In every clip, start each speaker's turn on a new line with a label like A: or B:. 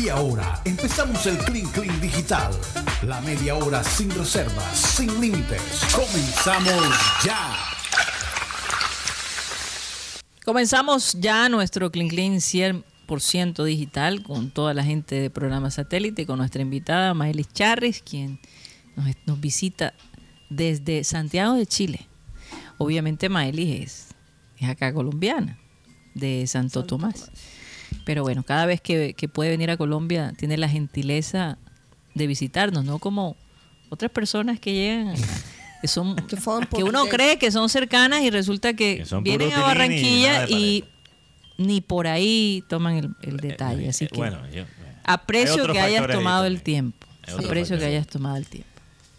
A: Y ahora empezamos el Clean Clean Digital. La media hora sin reservas, sin límites. Comenzamos ya.
B: Comenzamos ya nuestro Clean Clean 100% digital con toda la gente de programa satélite, con nuestra invitada Maelis Charris, quien nos, nos visita desde Santiago de Chile. Obviamente Maelis es, es acá colombiana, de Santo, Tomás. Pero bueno, cada vez que, que puede venir a Colombia tiene la gentileza de visitarnos, no como otras personas que llegan, que, son,
C: Que fueron
B: que uno
C: porque-
B: cree que son cercanas y resulta que,
D: Que son
B: Eh, vienen a
D: puros tininis,
B: Barranquilla
D: nada de
B: y ni por ahí toman el, el detalle.
D: Eh,
B: Así
D: eh,
B: que
D: bueno, yo- hay
B: aprecio
D: otros
B: que hayas
D: factores ahí
B: tomado el
D: también.
B: tiempo.
D: Hay otros
B: Aprecio que
D: factores.
B: hayas tomado el tiempo.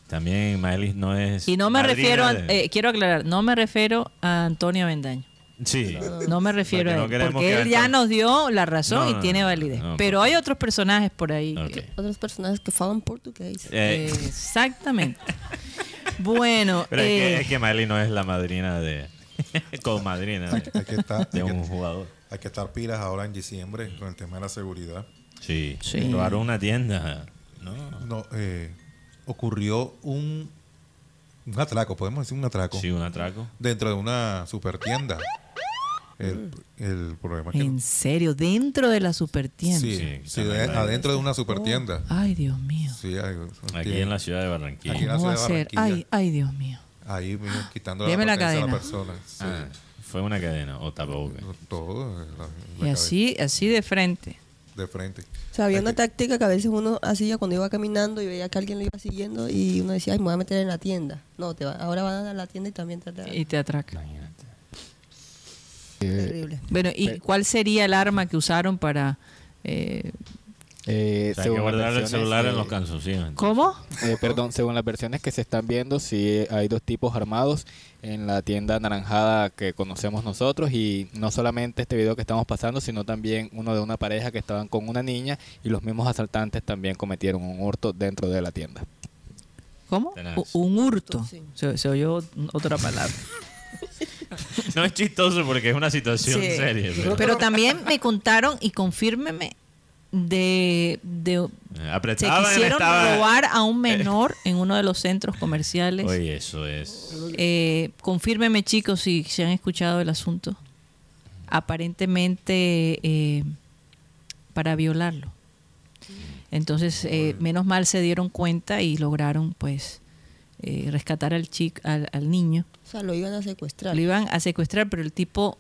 D: También Maelis no es.
B: Y no me
D: madrina
B: refiero, a-
D: de-
B: eh, quiero aclarar, no me refiero a Antonio Avendaño.
D: sí.
B: No me refiero
D: no
B: a él,
D: queremos
B: porque
D: que
B: él ya
D: Antonio-
B: nos dio la razón
D: No,
B: y
D: no,
B: tiene
D: no,
B: validez.
D: no,
B: Pero hay otros personajes por ahí.
D: Ok.
B: que-
C: Otros personajes que falan portugués.
D: Eh,
B: Exactamente. bueno,
D: pero es que-
B: eh,
D: es que, Maelis no es la madrina de. comadrina de,
E: Hay que estar, hay
D: de un
E: que,
D: jugador.
E: hay que estar pilas ahora en diciembre con el tema de la seguridad.
D: Sí.
B: Sí.
D: Robar una tienda. No.
E: No, eh, ocurrió un, un atraco, podemos decir un atraco,
D: Sí, un atraco.
E: dentro de una supertienda. El, el problema es que...
B: en serio, dentro de la supertienda.
E: Sí,
D: Sí,
E: sí,
D: también
E: de-
D: la-
E: adentro de una supertienda.
B: Ay, Dios mío.
E: Sí, hay-
D: Aquí
E: tiene-
D: en la ciudad de Barranquilla.
E: Aquí en la
B: ¿Cómo va a
E: ciudad de
B: ser? Ay,
E: Barranquilla.
B: ay, Dios mío.
E: Ahí mismo, quitando
B: Deme la
E: potencia a
B: cadena.
E: persona. Sí.
D: Ah, fue una cadena o tapabocas.
E: Todo eh, la- la
B: Y así, así de frente.
E: cabeza, de frente.
C: O sea, había una táctica que a veces uno hacía cuando iba caminando y veía que alguien lo iba siguiendo y uno decía, ay, me voy a meter en la tienda. No, te va, ahora van a la tienda y también te
B: Y te atraca.
C: Terrible.
B: Bueno, ¿y cuál sería el arma que usaron para... eh,
F: Eh,
D: O sea, hay que
F: según las
D: guardar el
F: versiones,
D: celular
F: eh,
D: en los calzoncillos.
B: ¿Cómo?
F: eh, perdón, según las versiones que se están viendo, sí hay dos tipos armados en la tienda anaranjada que conocemos nosotros y no solamente este video que estamos pasando, sino también uno de una pareja que estaban con una niña y los mismos asaltantes también cometieron un hurto dentro de la tienda.
B: ¿Cómo?
D: Tenaz.
B: U- Un hurto.
C: Sí.
B: Se, se oyó otra palabra.
D: No es chistoso porque es una situación
B: Sí.
D: seria.
B: Pero, también me contaron y confírmeme de, de
D: Eh,
B: se
D: Apretaban,
B: quisieron
D: estaba-
B: robar a un menor en uno de los centros comerciales.
D: Oye, eso es.
B: Eh, confírmeme, chicos, si se han escuchado el asunto. Aparentemente eh, para violarlo. Entonces, eh, menos mal se dieron cuenta y lograron, pues, eh, rescatar al chico, al, al niño.
C: O sea, lo iban a secuestrar.
B: Lo iban a secuestrar, pero el tipo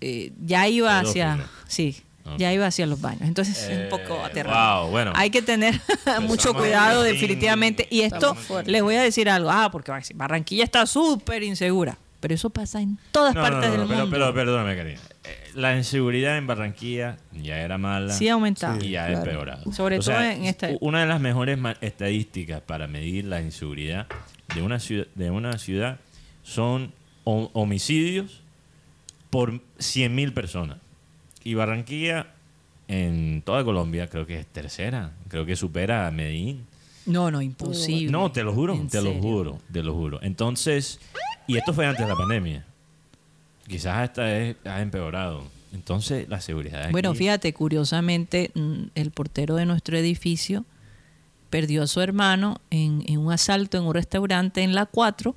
B: eh, ya iba hacia,
D: Pedófilo.
B: sí,
D: Ok.
B: ya iba hacia los baños. Entonces es un poco
D: Eh,
B: aterrador.
D: wow, bueno.
B: Hay que tener mucho
D: Estamos
B: cuidado
D: en-
B: definitivamente. Y esto
C: Estamos fuertes.
B: les voy a decir algo. Ah, porque van a decir, Barranquilla está súper insegura. Pero eso pasa en todas
D: No, no,
B: partes
D: no,
B: del
D: pero,
B: mundo.
D: pero perdóname, Karina. Eh, La inseguridad en Barranquilla ya era mala.
B: Sí ha aumentado.
D: Y ya ha
C: claro.
D: empeorado.
B: Sobre
D: O sea,
B: todo en este- esta-
D: u- Una de las mejores ma- estadísticas para medir la inseguridad de una ciudad, de una ciudad son ho- homicidios por 100.000 personas. Y Barranquilla, en toda Colombia, creo que es tercera. Creo que supera a Medellín.
B: no, no, imposible.
D: No, te lo juro,
B: En
D: te lo
B: serio.
D: juro, te lo juro. Entonces, y esto fue antes de la pandemia. Quizás hasta es- ha empeorado. Entonces, la seguridad. aquí-
B: Bueno, fíjate, curiosamente, mm, el portero de nuestro edificio perdió a su hermano en, en un asalto en un restaurante en la 4.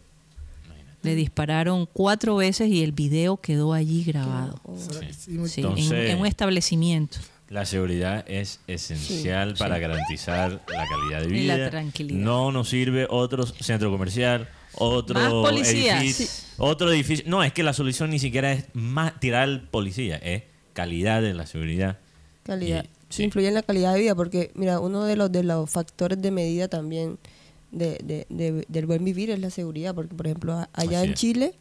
B: Le dispararon cuatro veces y el video quedó allí grabado. Sí, en- en,
D: Entonces-
B: un establecimiento.
D: La seguridad es esencial para garantizar la calidad de
B: Y la
D: vida.
B: tranquilidad.
D: No nos sirve otro centro comercial, otro
B: Más policías.
D: edificio. Otro edificio. No, es que la solución ni siquiera es más tirar al policía, es calidad de la seguridad.
C: Calidad.
D: Y- sí.
C: Influye en la calidad de vida porque, mira, uno de los, de los factores de medida también de, de- de- del buen vivir es la seguridad. Porque, por ejemplo, a- allá
D: Así
C: en
D: es.
C: Chile,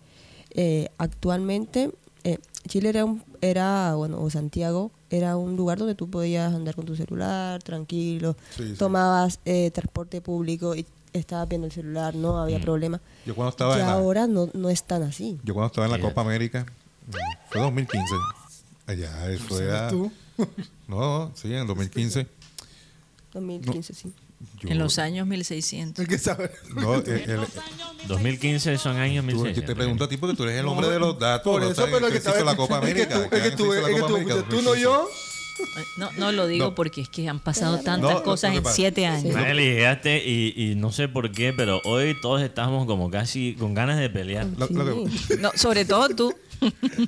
C: eh, actualmente, eh, Chile era, un, era, bueno, o Santiago, era un lugar donde tú podías andar con tu celular tranquilo,
E: Sí, sí.
C: tomabas eh, transporte público y estabas viendo el celular, no había
D: Mm.
C: problema.
E: Yo cuando estaba
C: y
E: en la-
C: ahora no, no es tan así.
E: Yo cuando estaba en la
D: Fíjate.
E: Copa América, mm, fue 2015. Allá, eso era... No, sí, en 2015.
C: 2015, sí.
E: yo-
B: En los años 1600.
G: ¿Qué sabes?
E: No, el- el-
D: 2015 son años
E: tú-
D: 1600.
E: yo te pregunto a ti porque tú eres el hombre de los datos.
G: Por
E: ¿no?
G: eso,
E: ¿Sabes
G: pero
E: qué
G: que
E: hizo
G: sabes.
E: la Copa
G: es que
E: América.
G: tú- Es que
E: ¿Qué
G: tú,
E: hizo la
G: es que
E: Copa
G: tú,
E: América
G: tú no
E: 2015?
G: yo,
B: No, no lo digo
E: No.
B: porque es que han pasado tantas
E: No, lo-
B: cosas
E: lo que
B: en
E: pasa-
B: siete años.
D: Maeli, llegaste y, y no sé por qué, pero hoy todos estamos como casi con ganas de pelear.
E: Lo- lo que-
B: No, sobre todo tú.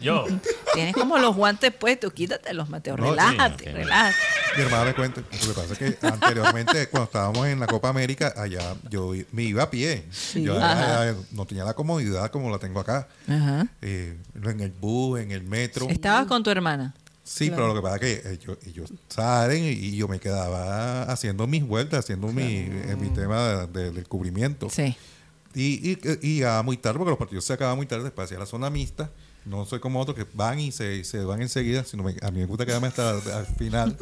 D: Yo.
B: Tienes como los guantes puestos, quítatelos, Mateo.
E: No, sí,
B: Relájate,
D: ok, bueno.
B: relájate.
E: Mi hermana me cuenta. Lo que pasa es que anteriormente, cuando estábamos en la Copa América, allá yo i- me iba a pie. Yo
B: Ajá.
E: allá no tenía la comodidad como la tengo acá.
B: Ajá.
E: Eh, en el bus, en el metro.
B: Estabas con tu hermana.
E: Sí, pero lo que pasa es que ellos, ellos salen y- y yo me quedaba haciendo mis vueltas, haciendo mi, eh, mi tema de- de- del cubrimiento.
B: Sí.
E: Y, y, y llegaba muy tarde, porque los partidos se acababan muy tarde, después hacía la zona mixta. No soy como otros que van y se, y se van enseguida, sino me- a mí me gusta quedarme hasta al final.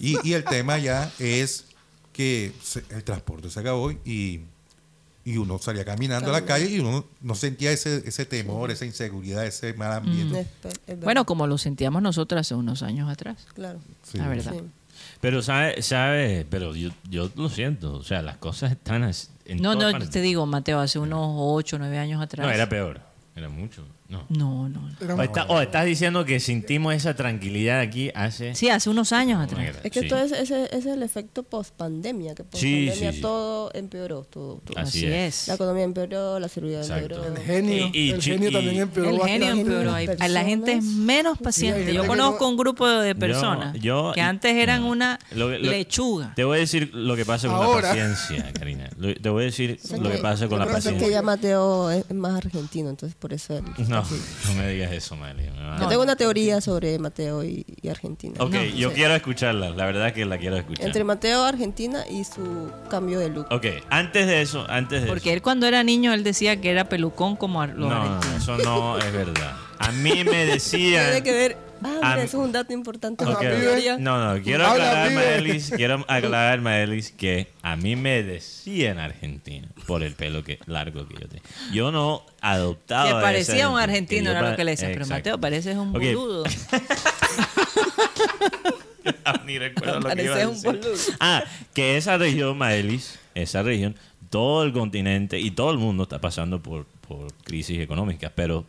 E: Y, y el tema ya es que se- el transporte se acabó y, y uno salía caminando a la calle y uno no sentía ese, ese temor, esa inseguridad, ese mal
D: Mm.
E: ambiente.
C: Es pe- es verdad.
B: Bueno, como lo sentíamos nosotros hace unos años atrás.
C: claro.
E: Sí.
B: La verdad.
C: Sí.
D: Pero sabes, sabe, pero yo, yo lo siento. O sea, las cosas están así. en
B: No,
D: todas
B: no,
D: partes.
B: te digo, Mateo, hace unos ocho, nueve años atrás.
D: No, era peor. Era mucho. No.
B: No, no, no.
D: O, está- o estás diciendo que sentimos esa tranquilidad aquí hace.
B: Sí, hace unos años
D: una
B: atrás.
D: guerra.
C: Es que
D: Sí.
C: todo ese, ese, ese es el efecto post pandemia, que post pandemia
D: sí, sí.
C: todo empeoró, todo, todo.
D: Así
B: Así
D: es.
B: es.
C: La economía empeoró, la seguridad
D: Exacto.
C: empeoró.
G: El genio.
D: Y- y
G: el
D: chi-
G: genio
D: y-
G: también empeoró.
B: El genio
G: bastante.
B: empeoró. Hay- a La gente es menos paciente. Yo
G: gente que
B: conozco
G: no-
B: un grupo de personas
D: yo-
B: que antes eran
D: no.
B: una
D: Lo- lo-
B: lechuga.
D: Te voy a decir lo que pasa con la
G: Ahora.
D: paciencia, Karina. Lo- te voy a decir lo que pasa con la
C: Lo que pasa es que
D: paciencia.
C: ya Mateo es más argentino, entonces por eso... él-
D: No, no me digas eso, Mali. Me va-
C: Yo tengo una teoría sobre Mateo y, y Argentina.
D: Ah, Ok,
C: No,
D: yo
C: sí.
D: quiero escucharla. La verdad que la quiero escuchar.
C: Entre Mateo, Argentina y su cambio de look.
D: Ok, antes de eso, antes de
B: Porque
D: eso.
B: él cuando era niño, él decía que era pelucón como ar- los
D: No,
B: argentinos.
D: eso no es verdad. A mí me
C: Tiene
D: decían.
C: que ver... Ah,
D: Am-
C: mira, eso es un dato importante.
D: Ok,
C: para
D: ok.
C: mi teoría.
D: No, no, quiero
G: Habla,
D: aclarar,
G: pibe.
D: Maelis, quiero aclarar, Maelis, que a mí me decían argentino por el pelo que, largo que yo tenía. Yo no adoptaba.
B: Que
D: ese
B: parecía un argentino,
D: yo
B: era lo
D: pa-
B: que le decían. Pero
D: Exacto.
B: Mateo, pareces un
D: Ok.
B: boludo.
D: Ni recuerdo lo que iba a
B: Pareces un
D: decir. Ah, que esa región, Maelis, esa región, todo el continente y todo el mundo está pasando por, por crisis económicas, pero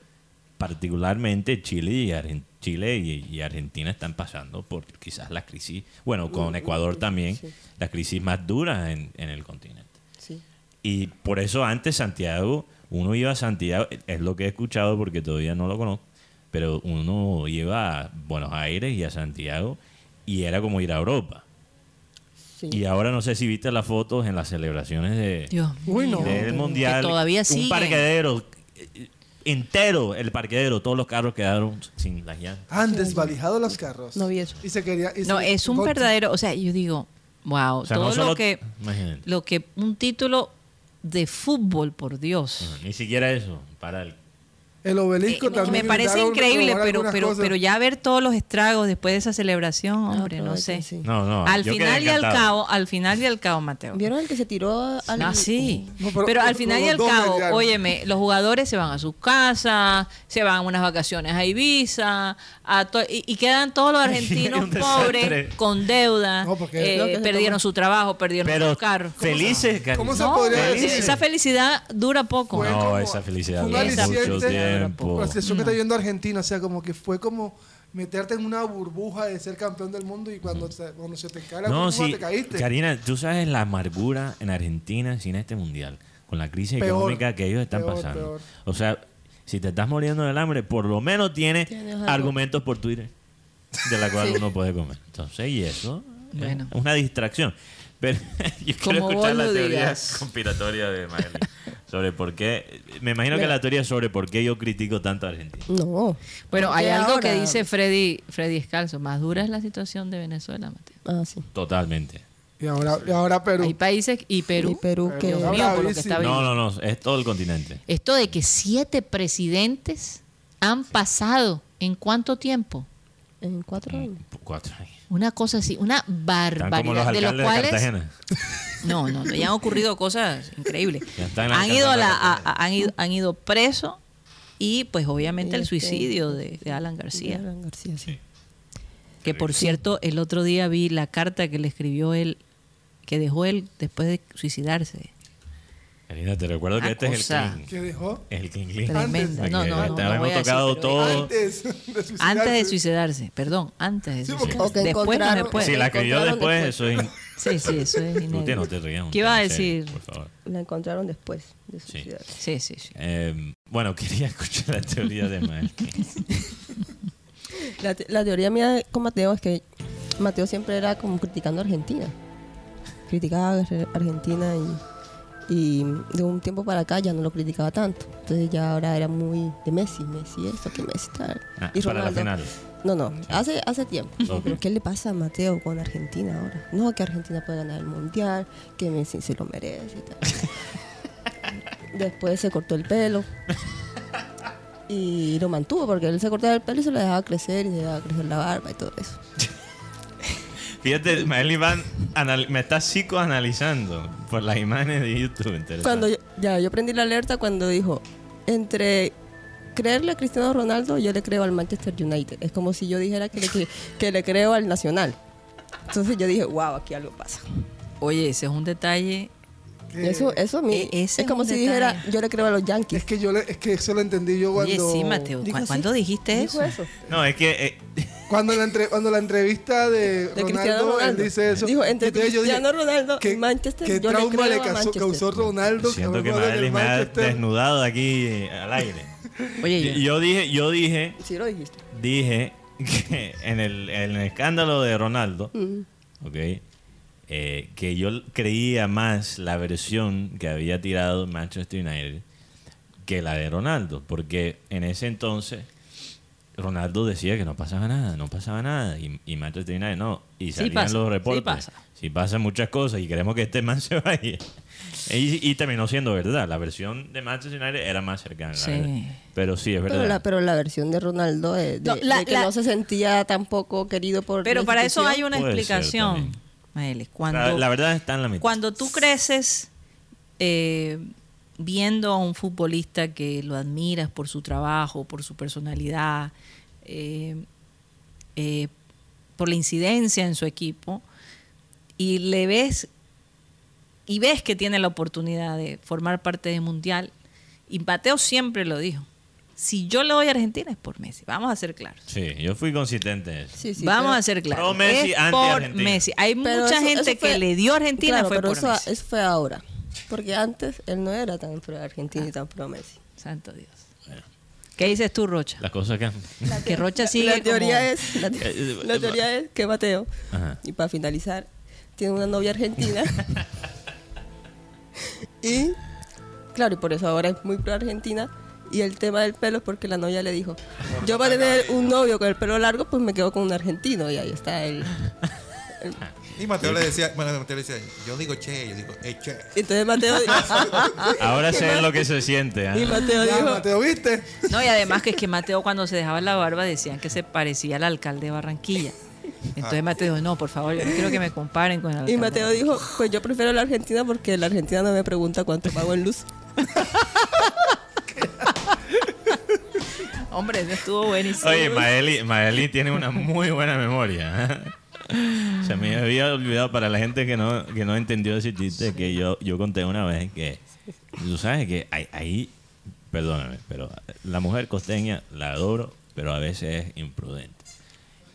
D: particularmente Chile y, Argen- Chile y, y Argentina están pasando por quizás la crisis, bueno, con Ecuador también, la crisis más dura en, en el continente.
C: Sí.
D: Y por eso antes Santiago, uno iba a Santiago, es lo que he escuchado porque todavía no lo conozco, pero uno iba a Buenos Aires y a Santiago y era como ir a Europa.
C: Sí.
D: Y ahora no sé si viste las fotos en las celebraciones de,
B: Dios
G: Uy, no.
D: del
B: Que
D: Mundial.
B: todavía siguen.
D: Un parquedero eh, entero, el parquedero, todos los carros quedaron sin las llantas.
G: Han desvalijado los carros.
C: No vi eso.
G: Y se quería. y
B: No,
G: se-
B: es un
G: Gotti.
B: verdadero, o sea, yo digo, wow,
D: O sea,
B: todo
D: no solo-
B: lo que
D: imagínate.
B: lo que un título de fútbol, por Dios.
D: Ni siquiera eso, para el...
G: El obelisco
B: Eh,
G: también.
B: me parece
G: intentaron
B: increíble,
G: robar
B: pero
G: algunas
B: pero
G: cosas.
B: pero ya ver todos los estragos después de esa celebración, hombre, no
C: probablemente
B: sé.
C: sí.
D: No, no.
B: al
D: yo quedé
B: final y al
D: encantado.
B: cabo, al final y al cabo, Mateo.
C: ¿Vieron el que se tiró al...
B: Ah, sí.
G: No,
B: pero,
G: pero-
B: al final y
G: los
B: al
G: dos
B: cabo,
G: pelearon.
B: óyeme, los jugadores se van a sus casas, se van a unas vacaciones a Ibiza, a to- y, y quedan todos los argentinos
D: Un desastre.
B: pobres, con deuda,
G: No, porque-
B: eh,
C: Lo que se
B: perdieron
C: toma.
B: su trabajo, perdieron
D: Pero
B: su carro.
D: felices, Karina.
G: ¿Cómo se
B: No,
G: podría
B: ese-
G: decir?
B: esa felicidad dura poco.
G: Fue
D: No,
G: como-
D: esa felicidad
G: fue un
D: duró mucho
G: aliciente,
D: tiempo.
G: La situación que está viviendo Argentina, o sea, como que fue como meterte en una burbuja de ser campeón del mundo y cuando, se, cuando se te cae la
D: No,
G: burbuja
D: sí.
G: te caíste.
D: Karina, tú sabes la amargura en Argentina sin este mundial, con la crisis
G: Peor,
D: económica que ellos están
G: peor,
D: pasando.
G: peor.
D: O sea, si te estás muriendo del hambre, por lo menos tienes,
C: Tienes algo.
D: argumentos por Twitter de la cual uno puede comer. Entonces, y eso
B: Bueno.
D: es una distracción. Pero yo quiero
B: Como
D: escuchar
B: vos
D: la
B: lo
D: teoría
B: digas.
D: conspiratoria de Maeli sobre por qué. Me imagino que
C: Mira.
D: la teoría es sobre por qué yo critico tanto a Argentina.
C: No.
B: Bueno, hay
C: Porque
B: algo que
C: ahora-
B: dice Freddy, Freddy Escalzo, más dura es la situación de Venezuela, Mateo.
C: Ah, sí.
D: Totalmente.
G: Y ahora, y ahora Perú.
B: Hay países y Perú,
C: Y Perú que...
B: Dios
G: Está
B: mío, por lo que
G: bravísimo.
B: está viviendo.
D: No, no, no, es todo el continente.
B: Esto de que siete presidentes han pasado en cuánto tiempo.
C: En
B: Eh,
C: cuatro
B: Mm.
C: años.
D: Cuatro años.
B: Una cosa así, una
D: Están como los
B: barbaridad. de los
D: alcaldes de,
B: cuales.
D: Cartagena.
B: no, no, no, ya han ocurrido cosas increíbles.
D: Ya están en la
B: Han ido, a la-
D: Cartagena.
B: a- a- han ido han ido presos y, pues, obviamente,
C: Y
B: el
C: este-
B: suicidio de, de Alan García.
C: Alan García, sí.
B: Que, por cierto, el otro día vi la carta que le escribió él, que dejó él después de suicidarse.
D: Karina, te recuerdo que
B: Una
D: este
B: cosa.
D: es el clean.
G: ¿Qué dejó?
D: Es el clean clean.
B: Tremenda. No, no, no,
D: Te
B: no voy a
D: habíamos
B: decir,
D: tocado
B: pero-
D: todo.
G: Antes de suicidarse.
B: Antes de suicidarse, perdón, antes de
G: Sí, porque-
B: suicidarse.
C: O que
B: después no
C: encontraron-
B: después.
D: Si la que yo
C: Encontraron
D: después,
C: después.
D: eso es. in-
B: Sí, sí, eso es
D: Tú no
B: inédito.
D: te rías. un
B: ¿Qué
D: tema
B: va a
D: serio,
B: decir?
D: Por favor.
C: La encontraron después de
D: Sí.
C: suicidarse.
B: Sí, sí, sí.
D: Eh, bueno, quería escuchar la teoría de Mael.
C: La, te- la teoría mía con Mateo es que Mateo siempre era como criticando a Argentina. Criticaba a Ar- Argentina y, y de un tiempo para acá ya no lo criticaba tanto. Entonces ya ahora era muy de Messi, Messi esto, que Messi tal.
D: Ah,
C: y
D: para la
C: Ronaldo.
D: final.
C: No, no, hace, hace tiempo.
D: Ok.
C: Pero ¿qué le pasa a Mateo con Argentina ahora? No, que Argentina puede ganar el mundial, que Messi se lo merece y tal. Después se cortó el pelo. Y lo mantuvo porque él se cortaba el pelo y se lo dejaba crecer y se dejaba crecer la barba y todo eso.
D: Fíjate, Mael Iván anal- me está psicoanalizando por las imágenes de YouTube. interesante.
C: Cuando yo, ya, yo prendí la alerta cuando dijo, entre creerle a Cristiano Ronaldo, yo le creo al Manchester United. Es como si yo dijera que le, que- que le creo al Nacional. Entonces yo dije, wow, aquí algo pasa.
B: Oye, ese es un detalle.
G: Que-
C: Eso, eso a mí.
B: E- ese
C: es como
B: es
C: si
B: un
C: dijera,
B: detalle.
C: yo le creo a los Yankees.
G: Es que yo le, es que eso lo entendí yo cuando.
B: Oye, sí, Mateo.
C: Dijo
B: ¿cu-
C: así.
B: ¿Cuándo dijiste
C: Dijo
B: eso?
C: eso.
D: No, es que. eh,
G: Cuando la, entre- cuando la entrevista de,
C: De
G: Ronaldo,
C: Cristiano Ronaldo.
G: él dice eso.
C: Dijo, entre
G: Entonces yo dije,
C: Cristiano Ronaldo y
G: ¿qué-
C: Manchester,
G: ¿Qué
C: yo le
G: trauma
C: creo
G: le
C: a
G: causó,
C: Manchester.
G: causó Ronaldo?
D: siento que
G: Ronaldo en
D: Mael
G: el
D: me ha
G: Manchester?
D: desnudado aquí eh, al aire.
B: Oye,
D: Y- Yo dije, yo dije,
C: Sí, lo dijiste.
D: dije que en el, en el escándalo de Ronaldo, ok, eh, que yo creía más la versión que había tirado Manchester United que la de Ronaldo, porque en ese entonces Ronaldo decía que no pasaba nada, no pasaba nada, y, y Manchester United no, y
B: Sí
D: salían
B: pasa,
D: los
B: sí
D: reportes.
B: pasa.
D: Sí pasan muchas cosas y queremos que este man se vaya. Y, y terminó siendo verdad. La versión de Manchester United era más cercana. la
B: Sí.
D: verdad. Pero sí, es verdad.
C: Pero la, pero la versión de Ronaldo eh, de, de-
B: No, la-
C: de que
B: la-
C: no se sentía tampoco querido por.
B: pero
C: la
B: para eso hay
C: institución.
B: una
D: Puede ser
B: explicación,
D: también.
B: Maelis.
D: La,
B: Cuando,
D: la verdad está en la mitad.
B: cuando tú creces eh, viendo a un futbolista que lo admiras por su trabajo, por su personalidad, eh, eh, por la incidencia en su equipo, y le ves y ves que tiene la oportunidad de formar parte del mundial, y Mateo siempre lo dijo. Si yo le doy a Argentina es por Messi, vamos a ser claros.
D: Sí, yo fui consistente en eso.
C: Sí, sí,
B: Vamos
C: pero-
B: a ser claros.
D: Pro Messi,
B: es
D: anti
B: por
D: Argentina.
B: Messi. Hay
C: pero
B: mucha
C: eso-
B: gente
C: eso fue-
B: que le dio a Argentina
C: claro,
B: fue
C: pero
B: por
C: eso,
B: Messi.
C: eso fue ahora. Porque antes él no era tan pro Argentina y tan pro Messi.
B: Santo Dios. ¿Qué dices tú, Rocha?
D: Las cosas que...
B: que Rocha sigue
C: la teoría
B: como-
C: es la, te-
D: Eh, eh,
C: la teoría es que Mateo
D: Ajá.
C: y para finalizar tiene una novia argentina y claro y por eso ahora es muy pro Argentina y el tema del pelo es porque la novia le dijo yo para tener un novio con el pelo largo pues me quedo con un argentino y ahí está él
E: Y Mateo le decía, bueno, Mateo le decía, yo digo che, yo digo eh, che.
C: entonces Mateo
D: Ahora sé lo que se siente. ¿ah?
C: y Mateo
G: Ya,
C: dijo
G: Mateo, ¿viste?
B: No, y además que es que Mateo cuando se dejaba la barba decían que se parecía al alcalde de Barranquilla. Entonces Mateo dijo, no, por favor, yo no quiero que me comparen con el alcalde.
C: y Mateo dijo pues yo prefiero la Argentina porque la Argentina no me pregunta cuánto pago en luz
B: Hombre, eso estuvo buenísimo.
D: Oye, Maeli, Maeli tiene una muy buena memoria. ¿eh? Se me había olvidado para la gente que no, que no entendió ese chiste que yo, yo conté una vez que tú sabes que ahí, ahí, perdóname, pero la mujer costeña la adoro, pero a veces es imprudente.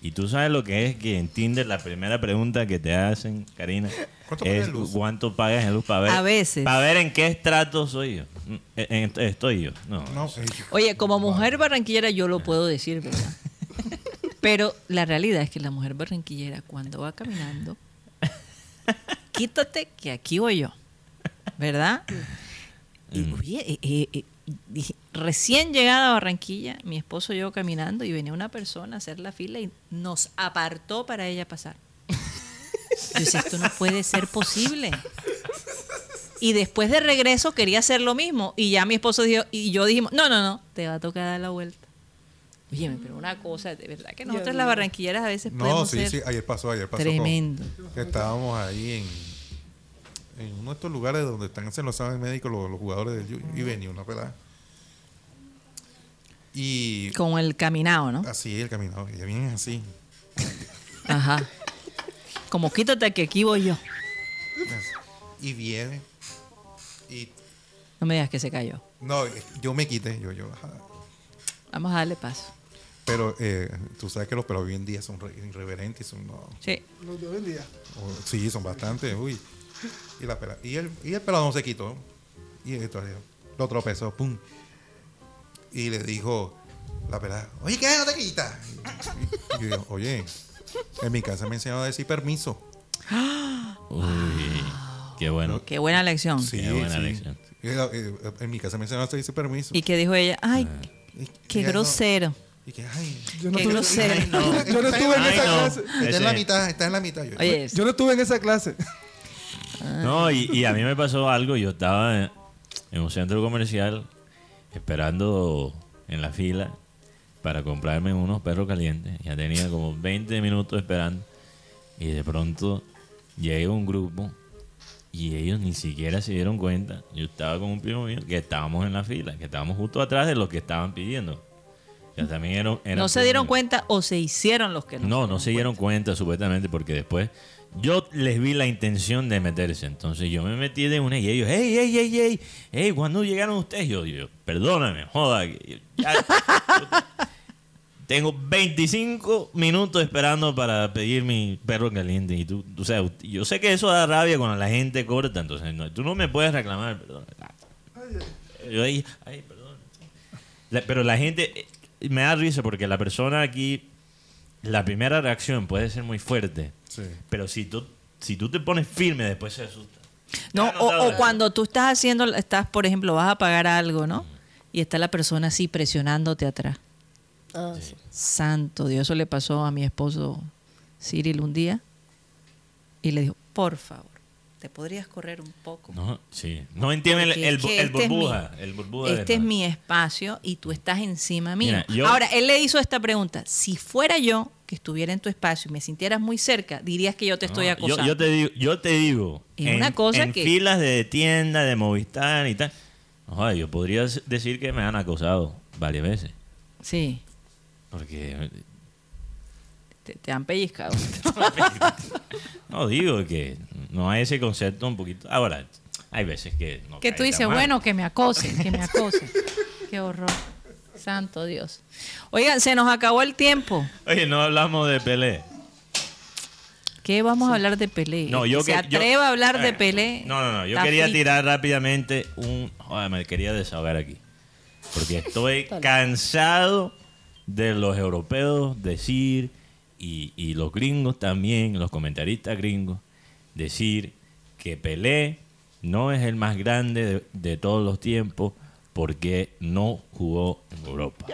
D: Y tú sabes lo que es que en Tinder la primera pregunta que te hacen, Karina,
E: ¿Cuánto pagas
D: es
E: en luz?
D: cuánto pagas en luz para ver,
B: A veces.
D: para ver en qué estrato soy yo, Mm, En- en- estoy yo. No,
E: No, eh,
B: Oye, como mujer barranquillera yo lo puedo decir, ¿verdad? Pero la realidad es que la mujer barranquillera cuando va caminando, quítate que aquí voy yo, ¿verdad? Y, oye, eh, eh, eh, dije, recién llegada a Barranquilla, mi esposo y yo caminando y venía una persona a hacer la fila y nos apartó para ella pasar. Yo decía, esto no puede ser posible. Y después de regreso quería hacer lo mismo. Y ya mi esposo dijo, y yo dijimos, no, no, no, te va a tocar dar la vuelta. Oye, pero una cosa, de verdad que nosotras las barranquilleras a veces
E: no,
B: podemos
E: sí,
B: ser
E: sí, ayer pasó, ayer pasó. con-
B: tremendo.
E: que estábamos ahí en, en uno de estos lugares donde están haciendo los exámenes médicos los, los jugadores del Junior. Y venía una pelada. Y
B: Con el caminado, ¿no?
E: así el caminador, ella viene así.
B: Ajá. Como quítate que aquí voy yo.
E: Y viene. Y
B: No me digas que se cayó.
E: No, eh, yo me quité, yo, yo. ajá.
B: Vamos a darle paso.
E: Pero eh, tú sabes que los pelos hoy en día son re- irreverentes, son, no,
B: Sí.
G: Los de hoy en día.
E: o- Oh, sí, son bastante, uy. Y, la pela- y, el, y el pelado no se quitó. Y entonces lo tropezó, pum. Y le dijo la pelada, oye, ¿qué? ¿No te quitas? Y yo, oye, en mi casa me enseñaron a decir permiso.
D: Uy, qué bueno.
B: Qué buena lección.
D: Qué buena lección.
E: Y la- eh, En mi casa me enseñaron a decir permiso.
B: Y que dijo ella, ay,
E: Y-
B: qué
E: y ella Ah. no-
B: grosero.
E: y que, ay,
G: Yo no
B: Qué
G: tuve-
B: grosero.
E: ay, no.
G: Yo no estuve en
D: Ay,
G: esa
D: no.
G: clase.
E: Está en la
D: Ese-
E: mitad, está en la mitad. Yo,
B: Oye,
G: Yo no estuve en esa clase.
D: No, y, y a
B: Ah.
D: mí me pasó algo. Yo estaba en, en un centro comercial esperando en la fila para comprarme unos perros calientes. Ya tenía como 20 minutos esperando. Y de pronto llega un grupo y ellos ni siquiera se dieron cuenta. Yo estaba con un primo mío que estábamos en la fila, que estábamos justo atrás de los que estaban pidiendo. Ya también eran- eran
B: no se
D: primos
B: dieron
D: míos.
B: cuenta o se hicieron los que no.
D: No, no se dieron cuenta supuestamente porque después yo les vi la intención de meterse. Entonces yo me metí de una y ellos, ¡ey, ey, ey, ey! ¡Ey, cuando llegaron ustedes? Yo, yo perdóname, joda. que yo- ya- yo tengo 25 minutos esperando para pedir mi perro caliente. Y tú, o sea, yo sé que eso da rabia cuando la gente corta. Entonces no, tú no me puedes reclamar, perdón. Yo ahí, ay, perdón. La- pero la gente, eh, me da risa porque la persona aquí la primera reacción puede ser muy fuerte,
E: Sí.
D: pero si tú, si tú te pones firme, después se asusta.
B: No,
D: Ah, no,
B: o,
D: está
B: o
D: bien.
B: cuando tú estás haciendo, estás, por ejemplo, vas a pagar algo, ¿no? Y está la persona así presionándote atrás.
C: Ah, sí.
B: Santo Dios, eso le pasó a mi esposo Cyril un día. Y le dijo, por favor, ¿te podrías correr un poco?
D: No, sí. No entiende el,
B: Porque
D: el
B: es
D: bu-
B: que
D: el
B: este es
D: burbuja.
B: mi-
D: el burbuja de
B: este es
D: la-
B: mi espacio y tú estás encima mío.
D: Mira, yo-
B: Ahora, él le hizo esta pregunta. Si fuera yo que estuviera en tu espacio y me sintieras muy cerca, dirías que yo te estoy
D: No, yo-
B: acosando.
D: Yo, te digo, yo te digo
B: Es
D: en,
B: una cosa
D: en
B: que-
D: filas de tienda, de Movistar y tal. ojo, yo podría s- decir que me han acosado varias veces.
B: Sí,
D: Porque.
B: te, te han pellizcado.
D: No, digo que no hay ese concepto un poquito. Ahora, hay veces que. No
B: que tú
D: cae
B: dices,
D: tan mal.
B: bueno, que me acosen, que me acosen. Qué horror. Santo Dios. Oigan, se nos acabó el tiempo.
D: Oye, no hablamos de Pelé.
B: ¿Qué vamos a hablar de Pelé?
D: No,
B: El
D: yo
B: que se
D: que- yo-
B: atreva a hablar de
D: eh,
B: Pelé.
D: No, no, no. Yo
B: está
D: quería
B: frito.
D: tirar rápidamente un. joder, me quería desahogar aquí. Porque estoy cansado de los europeos decir, y, y los gringos también, los comentaristas gringos, decir que Pelé no es el más grande de, de todos los tiempos porque no jugó en Europa.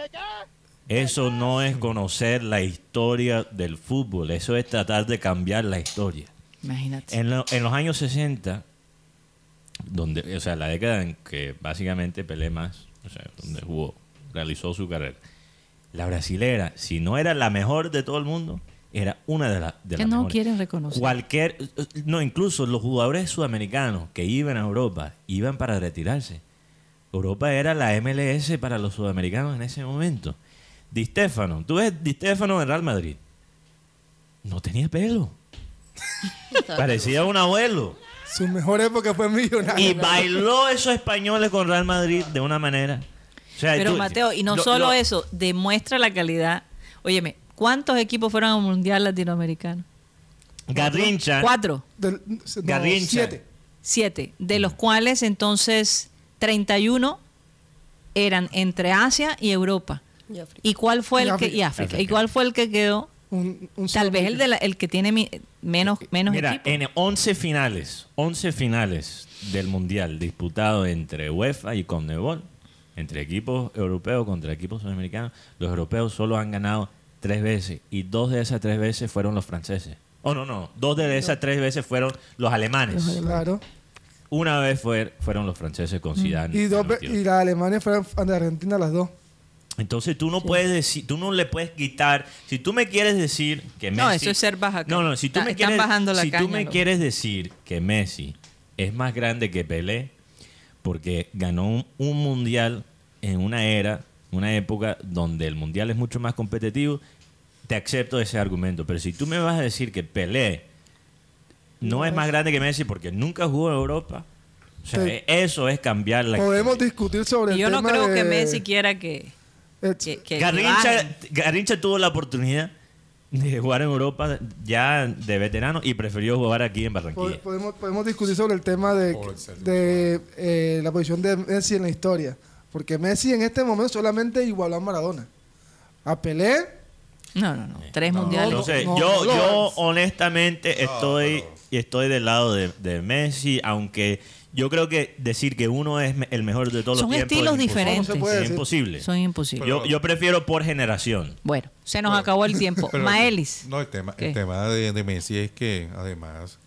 D: Eso no es conocer la historia del fútbol, eso es tratar de cambiar la historia.
B: Imagínate.
D: En, lo- en los años 60, donde, o sea, la década en que básicamente Pelé más, o sea, donde jugó, realizó su carrera, la brasilera, si no era la mejor de todo el mundo, era una de las de
B: Que
D: las
B: no
D: mejores.
B: quieren reconocer.
D: Cualquier, no, incluso los jugadores sudamericanos que iban a Europa, iban para retirarse. Europa era la MLS para los sudamericanos en ese momento. Di Stefano, tú ves Di Stefano en Real Madrid. No tenía pelo. Parecía un abuelo.
G: Su mejor época fue millonario.
D: Y bailó esos españoles con Real Madrid de una manera. O sea,
B: Pero
D: tú-
B: Mateo, y no
D: lo-
B: solo
D: lo-
B: eso, demuestra la calidad. Óyeme, ¿cuántos equipos fueron al Mundial Latinoamericano?
D: Garrincha.
B: Cuatro,
G: Del- no,
D: Garrincha.
G: siete.
B: siete, de los cuales entonces 31 eran entre Asia y Europa.
C: Y África.
B: ¿Y cuál fue el
G: Y
B: que
G: África.
B: y África? ¿Y
D: África.
B: cuál fue el que quedó?
G: Un, un
B: Tal
G: solo eh,
B: vez el
G: millonario.
B: de la- el que tiene mi- menos menos
D: Mira,
B: equipos.
D: en 11 finales, 11 finales del Mundial disputado entre UEFA y CONMEBOL, entre equipos europeos contra equipos sudamericanos, los europeos solo han ganado tres veces y dos de esas tres veces fueron los franceses. Oh, no, no, dos de esas tres veces fueron los alemanes. Mm.
G: Claro.
D: Una vez fue- fueron los franceses con Zidane.
G: Y,
D: en
G: dos,
D: el
G: ve-
D: 92.
G: y la Alemania fue a de Argentina las dos.
D: Entonces tú no puedes decir, tú no le puedes quitar. Si tú me quieres decir que Messi.
B: No, eso es ser baja
D: No, no, si tú
B: Está-
D: me
B: están
D: quieres,
B: bajando la
D: si tú
B: caña,
D: me
B: loco.
D: quieres decir que Messi es más grande que Pelé porque ganó un, un mundial en una era, una época donde el mundial es mucho más competitivo, te acepto ese argumento. Pero si tú me vas a decir que Pelé no es más grande que Messi porque nunca jugó en Europa, O sea, e-,
G: Sí.
D: eso es cambiar la
G: Podemos discutir sobre
B: Y
G: el
B: yo no
G: tema
B: creo que
G: de-
B: Messi quiera que.
G: Eh,
B: que, que- que bajen.
D: Garrincha, Garrincha tuvo la oportunidad de jugar en Europa ya de veterano y prefirió jugar aquí en Barranquilla.
G: po- podemos, podemos discutir sobre el tema de,
E: Por el ser
G: de eh, la posición de Messi en la historia. Porque Messi en este momento solamente igualó a Maradona. A Pelé,
B: No, no, no. Tres
G: No,
B: mundiales.
D: Entonces,
G: no,
D: yo,
G: no lo
D: yo
G: es.
D: honestamente estoy, estoy del lado de, de Messi, aunque yo creo que decir que uno es me- el mejor de todos
B: Son
D: los tiempos
B: estilos
D: es imposible.
B: diferentes. No se
G: puede
D: Es
G: decir.
D: imposible.
B: Son imposibles.
D: Yo, yo prefiero por generación.
B: bueno, se nos acabó el tiempo.
E: Pero-
B: Maelis.
E: No, el tema,
B: ¿Qué?
E: el tema de, de Messi es que además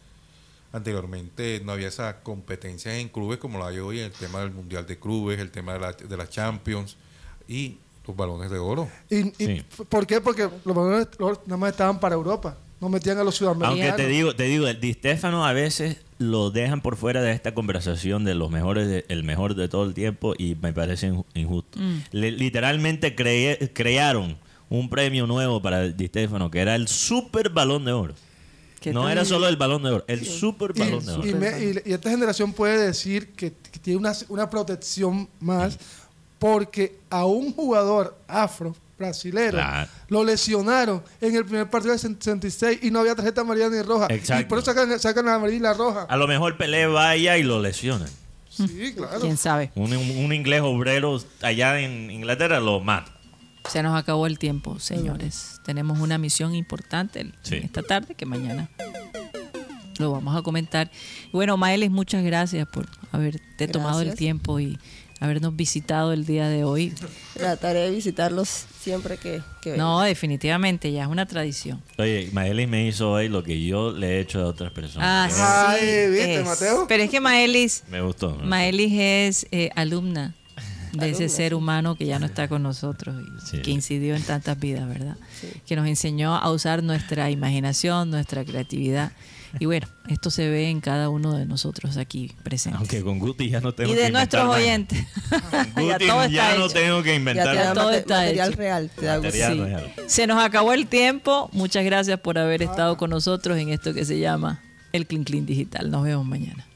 E: anteriormente no había esa competencia en clubes como la hay hoy, el tema del Mundial de Clubes, el tema de la, de la Champions y los balones de oro.
G: Y, y
D: Sí.
G: f- ¿Por qué? Porque los balones de oro nada más estaban para Europa. No metían a los
D: Aunque
G: sudamericanos.
D: te digo, te digo, el Di Stefano a veces lo dejan por fuera de esta conversación de los mejores, de- el mejor de todo el tiempo y me parece inju- injusto.
B: Mm.
D: Le- literalmente cree- crearon un premio nuevo para el Di Stefano que era el Super Balón de Oro.
B: ¿Qué
D: No
B: tal?
D: era solo el Balón de Oro, el Super
G: Y,
D: Balón de Oro.
G: y me- y- y esta generación puede decir que, que tiene una, una protección más porque a un jugador afro brasilero
D: Claro.
G: lo lesionaron en el primer partido del 66 y no había tarjeta amarilla ni roja.
D: Exacto. Ah.
G: Y por eso sacan, sacan la amarilla y la roja.
D: A lo mejor Pelé vaya y lo lesionan.
G: Sí, claro.
B: ¿Quién sabe?
D: Un, un inglés obrero allá en Inglaterra lo mata.
B: Se nos acabó el tiempo, señores. Tenemos una misión importante el-
D: Sí.
B: esta tarde que mañana lo vamos a comentar. Bueno, Maelis, muchas gracias por haberte tomado el
C: Gracias.
B: tiempo y habernos visitado el día de hoy.
C: Trataré de visitarlos siempre que, que venga.
B: No, definitivamente, ya es una tradición.
D: Oye, Maelis me hizo hoy lo que yo le he hecho a otras personas.
B: Ah,
D: Eso
G: Ay,
B: sí
G: ¿viste,
B: es.
G: Mateo?
B: Pero es que Maelis,
D: Me gustó. ¿no?
B: Maelis es eh, alumna de ese ser humano que ya no está con nosotros y
D: Sí.
B: que incidió en tantas vidas, ¿verdad? Que nos enseñó a usar nuestra imaginación, nuestra creatividad. Y bueno, esto se ve en cada uno de nosotros aquí presentes.
D: Aunque con Guti ya no tengo
B: y
D: que
B: de nuestros
D: inventar nada.
B: oyentes.
D: Con
B: ya
D: Guti
B: todo
D: ya,
B: está
D: no
B: hecho.
D: tengo que
C: ya te
D: inventar
C: da
B: Todo
C: mate-
B: está
C: material
B: hecho.
C: real. Te da gusto.
D: Material. Ya,
B: Sí.
D: no, ya no.
B: Se nos acabó el tiempo. Muchas gracias por haber estado con nosotros en esto que se llama el Clean Clean Digital. Nos vemos mañana.